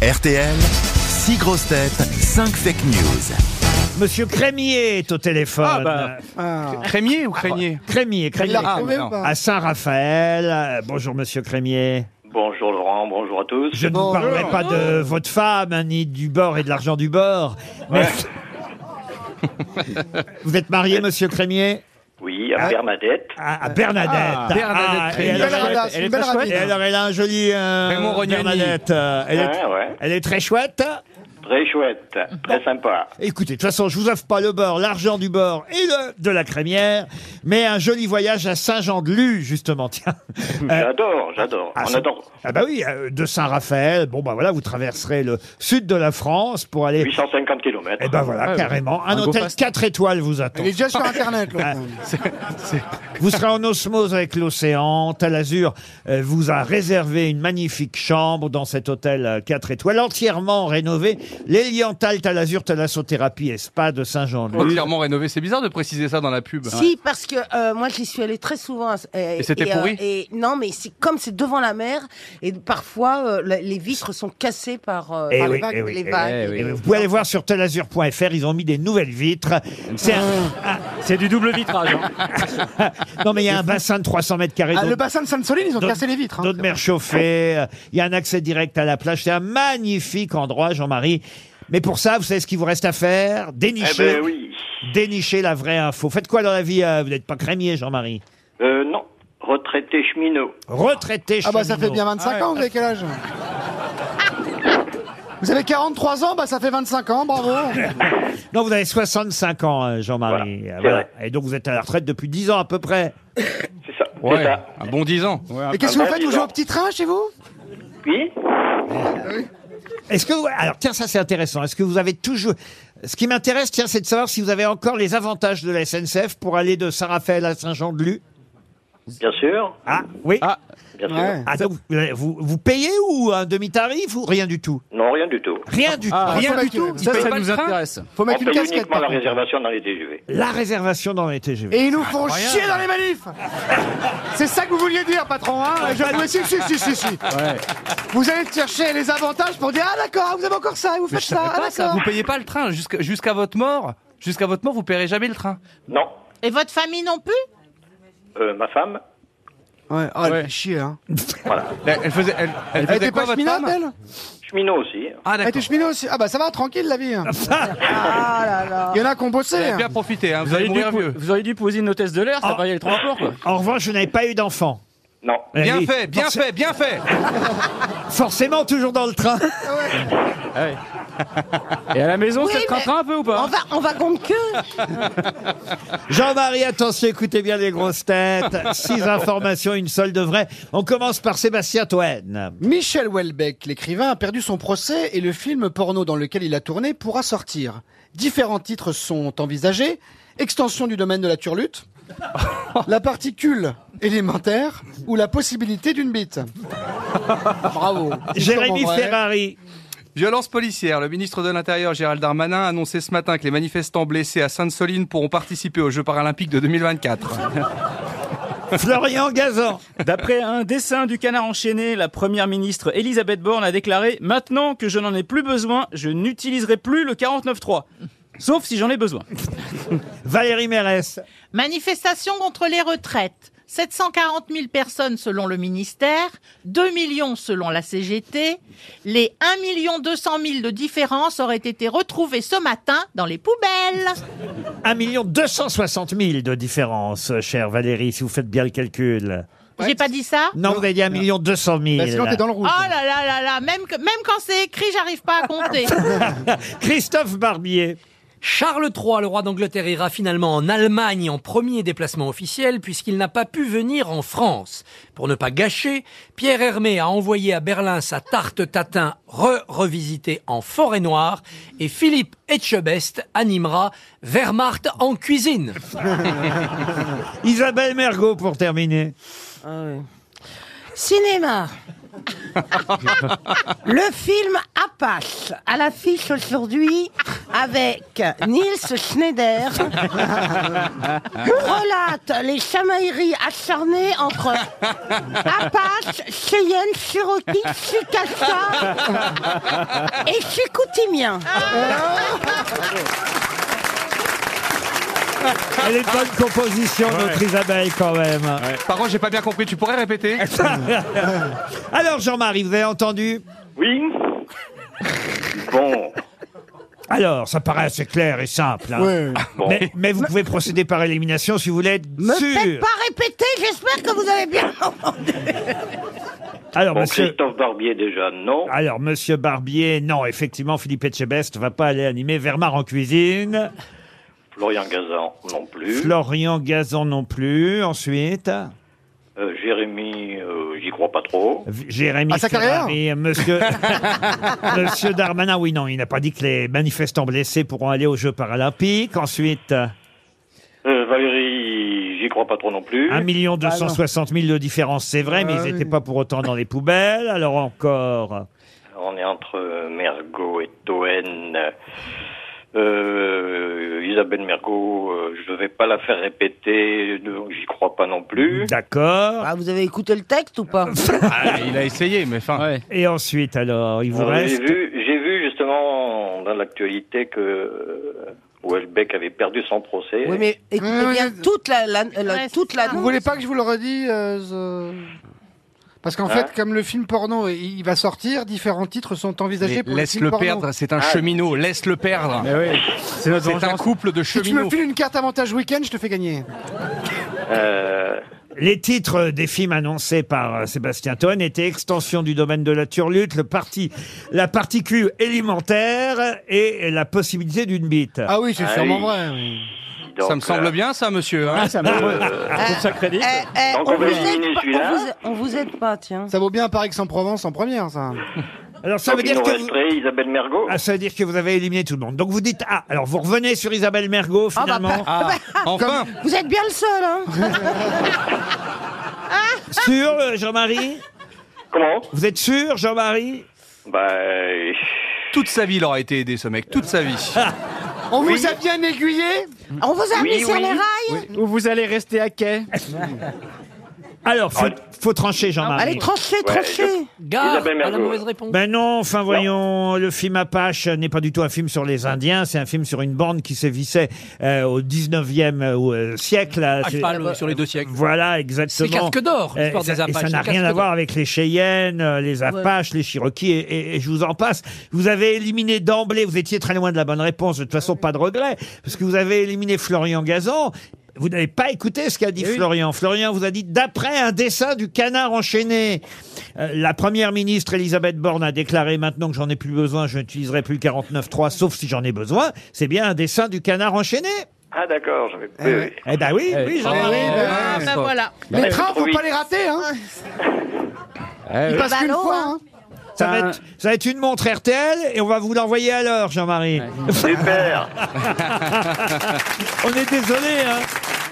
RTL, 6 grosses têtes, 5 fake news. Monsieur Crémier est au téléphone. Ah bah, Crémier ou craignier Ah. Crémier, Crémier. l'a trouvé ou pas à Saint-Raphaël. Euh, Bonjour Monsieur Crémier. Bonjour Laurent, bonjour à tous. Je ne vous parlerai pas de votre femme, hein, ni du bord et de l'argent du bord. mais- vous êtes marié, Monsieur Crémier Oui, à Ah. Bernadette. à, à Bernadette. Ah, Ah, Bernadette et Crémier. elle, Une belle aurait- radasse, elle une est belle très chouette. radine. Et elle aurait là un joli euh, Raymond Rognoni. Bernadette. euh, elle, est, Ouais, ouais. elle est très chouette. Très chouette, très sympa. Écoutez, de toute façon, je vous offre pas le beurre, l'argent du beurre et le, de la crémière, mais un joli voyage à Saint-Jean-de-Luz, justement, tiens. Euh, J'adore, j'adore. Ah, On ça- adore. Ah bah oui, euh, de Saint-Raphaël, bon bah voilà, vous traverserez le sud de la France pour aller... 850 km. ben, Eh ben voilà, ouais. carrément. Un, Un go hôtel fast. 4 étoiles vous attend. Elle est déjà sur Internet, Ah. là. Vous serez en osmose avec l'océan. Talazur euh, vous a réservé une magnifique chambre dans cet hôtel euh, 4 étoiles, entièrement rénové. L'Eliantal Talazur Thalassothérapie et Spa de Saint-Jean-de-Luz. Clairement rénové. C'est bizarre de préciser ça dans la pub. Si, parce que euh, moi j'y suis allée très souvent. euh, Et c'était pourri et- Non, mais c'est comme c'est devant la mer, et parfois euh, la- les vitres sont cassées par, euh, Eh par oui, les vagues. eh oui, les eh vagues. oui. Et Vous pouvez aller voir sur telazur.fr, ils ont mis des nouvelles vitres. C'est un- Ah. C'est du double vitrage. hein. Non mais il y a un bassin de 300 mètres carrés Ah, d'eau le bassin de Sainte-Soline, ils ont D'autres- cassé les vitres. hein. D'autres mers chauffées. euh, Il y a un accès direct à la plage. C'est un magnifique endroit, Jean-Marie. Mais pour ça, vous savez ce qu'il vous reste à faire Eh Dénicher. ben oui. Dénicher la vraie info. Faites quoi dans la vie euh, Vous n'êtes pas crémier, Jean-Marie. Euh, non, retraité cheminot. Retraité Ah bah ça fait cheminot. bien 25 ans, vous avez quel âge Vous avez 43 ans, bah ça fait 25 ans, bravo Non, vous avez 65 ans, euh, Jean-Marie. Voilà, Euh, c'est voilà. vrai. Et donc vous êtes à la retraite depuis 10 ans à peu près. C'est ça. c'est Ouais, ça. un bon 10 ans. Et qu'est-ce que vous faites Vous Vingt-six jouez ans. au petit train chez vous Oui Est-ce que vous- alors tiens ça c'est intéressant. Est-ce que vous avez toujours ce qui m'intéresse tiens c'est de savoir si vous avez encore les avantages de la SNCF pour aller de Saint-Raphaël à Saint-Jean-de-Luz. Bien sûr. Ah oui. Ah. Bien sûr. Ouais. Ah, donc, vous, vous, vous payez ou un demi-tarif ou rien du tout Non, rien du tout. Rien du tout. Rien Rien du du tout. tout. Ça, Ça, ça ça nous intéresse. Faut On mettre une paye casquette uniquement par la contre. réservation dans les TGV. La réservation dans les TGV. Et ils nous font chier dans les manifs C'est ça que vous vouliez dire, patron, hein Je- oui, si, si, si, si, si. Vous allez chercher les avantages pour dire « Ah d'accord, vous avez encore ça, vous faites ça, ah d'accord Vous payez pas le train jusqu'à jusqu'à votre mort. Jusqu'à votre mort, vous paierez jamais le train. Non, Et votre famille non plus Euh, ma femme, ». Ouais, oh, elle Ouais. fait chier, hein. Elle, elle faisait, elle, elle Elle faisait était quoi, pas votre cheminote, femme elle cheminot aussi. Ah Elle était d'accord. cheminot aussi Ah bah ça va, tranquille la vie Ah là là. Il y en a qui ont bossé Vous avez hein. bien profité. Hein. Vous, Vous, allez auriez dû, mourir pou- vieux. Ah. vous auriez dû poser une hôtesse de l'air, ça Ah. Oh. variait le transport, quoi. En revanche, je n'avais pas eu d'enfant. Non. Eh Bien oui. fait, bien Forc- fait, bien fait. Forcément, toujours dans le train. Et à la maison, Oui, c'est le train-train un peu ou On pas va, on va compte que. Jean-Marie, attention, écoutez bien les grosses têtes. Six informations, une seule de vraie. On commence par Sébastien Toen. Michel Houellebecq, l'écrivain, a perdu son procès et le film porno dans lequel il a tourné pourra sortir. Différents titres sont envisagés. Extension du domaine de la turlute, la particule élémentaire ou la possibilité d'une bite. Bravo. C'est Jérémy sûrement vrai. Ferrari. Violence policière. Le ministre de l'Intérieur, Gérald Darmanin, a annoncé ce matin que les manifestants blessés à Sainte-Soline pourront participer aux Jeux paralympiques de 2024. Florian Gazan. D'après un dessin du canard enchaîné, la première ministre Elisabeth Borne a déclaré Maintenant que je n'en ai plus besoin, je n'utiliserai plus le 49.3. Sauf si j'en ai besoin. Valérie Mérès. Manifestation contre les retraites. 740 000 personnes selon le ministère, 2 millions selon la CGT. Les 1 200 000 de différence auraient été retrouvés ce matin dans les poubelles. 1 260 000 de différence, chère Valérie, si vous faites bien le calcul. J'ai pas dit ça Non, vous avez dit 1 200 000. Bah, sinon t'es dans le Oh rouge. Ah, là là là là, même, que- même quand c'est écrit, j'arrive pas à compter. Christophe Barbier. Charles III, le roi d'Angleterre, ira finalement en Allemagne en premier déplacement officiel puisqu'il n'a pas pu venir en France. Pour ne pas gâcher, Pierre Hermé a envoyé à Berlin sa tarte tatin re-revisitée en forêt noire et Philippe Etchebest animera Wehrmacht en cuisine. Isabelle Mergot pour terminer. Cinéma. Le film Apache, à l'affiche aujourd'hui, avec Niels Schneider, relate les chamailleries acharnées entre Apache, Cheyenne, Cherokee, Chicasa et Chicoutimiens. Elle est de bonne composition, notre Isabelle, quand même. Par contre, j'ai pas bien compris. Tu pourrais répéter Alors, Jean-Marie, vous avez entendu Oui Bon, Ah, Alors, ça paraît assez clair et simple. hein. bon. Mais, mais vous pouvez procéder par élimination si vous voulez être Me faites sûr. pas répéter, j'espère que vous avez bien entendu. Alors, Bon, monsieur. Ah. Christophe Barbier déjà, non. Alors, monsieur Barbier, non, effectivement, Philippe Etchebest va pas aller animer Wehrmacht en cuisine. Florian Gazan, non plus. Florian Gazan non plus. Ensuite, Euh, Jérémy, euh, j'y crois pas trop. V- Jérémy Ah, sa carrière Ferrari, euh, monsieur, monsieur Darmanin, oui, non, il n'a pas dit que les manifestants blessés pourront aller aux Jeux Paralympiques. Ensuite, Euh, Valérie, j'y crois pas trop non plus. 1 260 000 de différence, c'est vrai, mais ils n'étaient pas pour autant dans les poubelles. Alors encore, On est entre euh, Mergot et Toen. Euh, Isabelle Mergot, euh, je vais pas la faire répéter, donc j'y crois pas non plus. d'accord. Ah, vous avez écouté le texte ou pas Ah, Il a essayé, mais enfin. Ouais. Et ensuite, alors, il vous Alors, Euh, J'ai reste... vu, j'ai vu justement dans l'actualité que euh, Houellebecq avait perdu son procès. Oui, mais écoutez Oui, Eh bien oui. toute la, la- la- Ouais, toute c'est la ça. Vous voulez pas que je vous le redis euh, the- Parce qu'en Hein fait, comme le film porno, il il va sortir, différents titres sont envisagés Mais pour le Laisse-le film porno. perdre, c'est un Ah. cheminot, laisse-le perdre. C'est notre C'est un vengeance. couple de Si tu me cheminots. files une carte avantage week-end, je te fais gagner. Euh, Les titres des films annoncés par euh, Sébastien Toen étaient Extension du domaine de la turlute, le parti, la particule élémentaire et la possibilité d'une bite. Ah oui, c'est Ah sûrement oui. vrai. oui. donc, Ça me semble euh, bien, ça, monsieur. hein euh, Ça crédite. Eh, eh, Donc, on, on vous va aide éliminer pas, celui-là. on vous- on vous aide pas, tiens. Ça vaut bien par Aix-en-Provence en première, ça. Alors ça veut donc, dire il nous que vous... resterait Isabelle Mergot. Ah, ça veut dire que vous avez éliminé tout le monde. Donc vous dites ah alors vous revenez sur Isabelle Mergot Ah, bah, finalement Ah, enfin Vous êtes bien le seul, hein sûr euh, Jean-Marie Comment vous êtes sûr Jean-Marie Bah, euh, Toute sa vie, il aura été aidé, ce mec, toute sa vie. On vous a bien aiguillé On vous a Oui, mis sur oui. les rails Où vous allez rester à quai Alors faut, Ouais. faut trancher Jean-Marie. Allez, tranchez, tranchez Gare Isabelle à la Mergo. mauvaise réponse. Ben non, enfin voyons, le film Apache n'est pas du tout un film sur les Indiens, c'est un film sur une bande qui sévissait euh, au 19e euh, siècle. euh, Ah, je c'est- parle sur les deux siècles. Voilà, C'est exactement. les casques d'or, Euh, l'histoire ça- des et Apaches. ça c'est n'a les rien à casques voir avec les Cheyennes, euh, les Apaches, les Cherokees, et, et- et je vous en passe. Vous avez éliminé d'emblée, vous étiez très loin de la bonne réponse, de toute façon pas de regret, parce que vous avez éliminé Florian Gazan. Vous n'avez pas écouté ce Eh qu'a dit Florian. Florian vous a dit, d'après un dessin du canard enchaîné, euh, la première ministre Elisabeth Borne a déclaré, maintenant que j'en ai plus besoin, je n'utiliserai plus le 49.3, sauf si j'en ai besoin. C'est bien un dessin du canard enchaîné. ah d'accord, je vais... oui, oui. Eh ben oui, oui, j'en oui, ben, Ah, bah voilà. Les trains, faut oui. pas les rater, hein Ils passent qu'une non, fois, hein. hein. Ça va, être, ça va être une montre RTL et on va vous l'envoyer à l'heure, Jean-Marie. Super On est désolé, hein.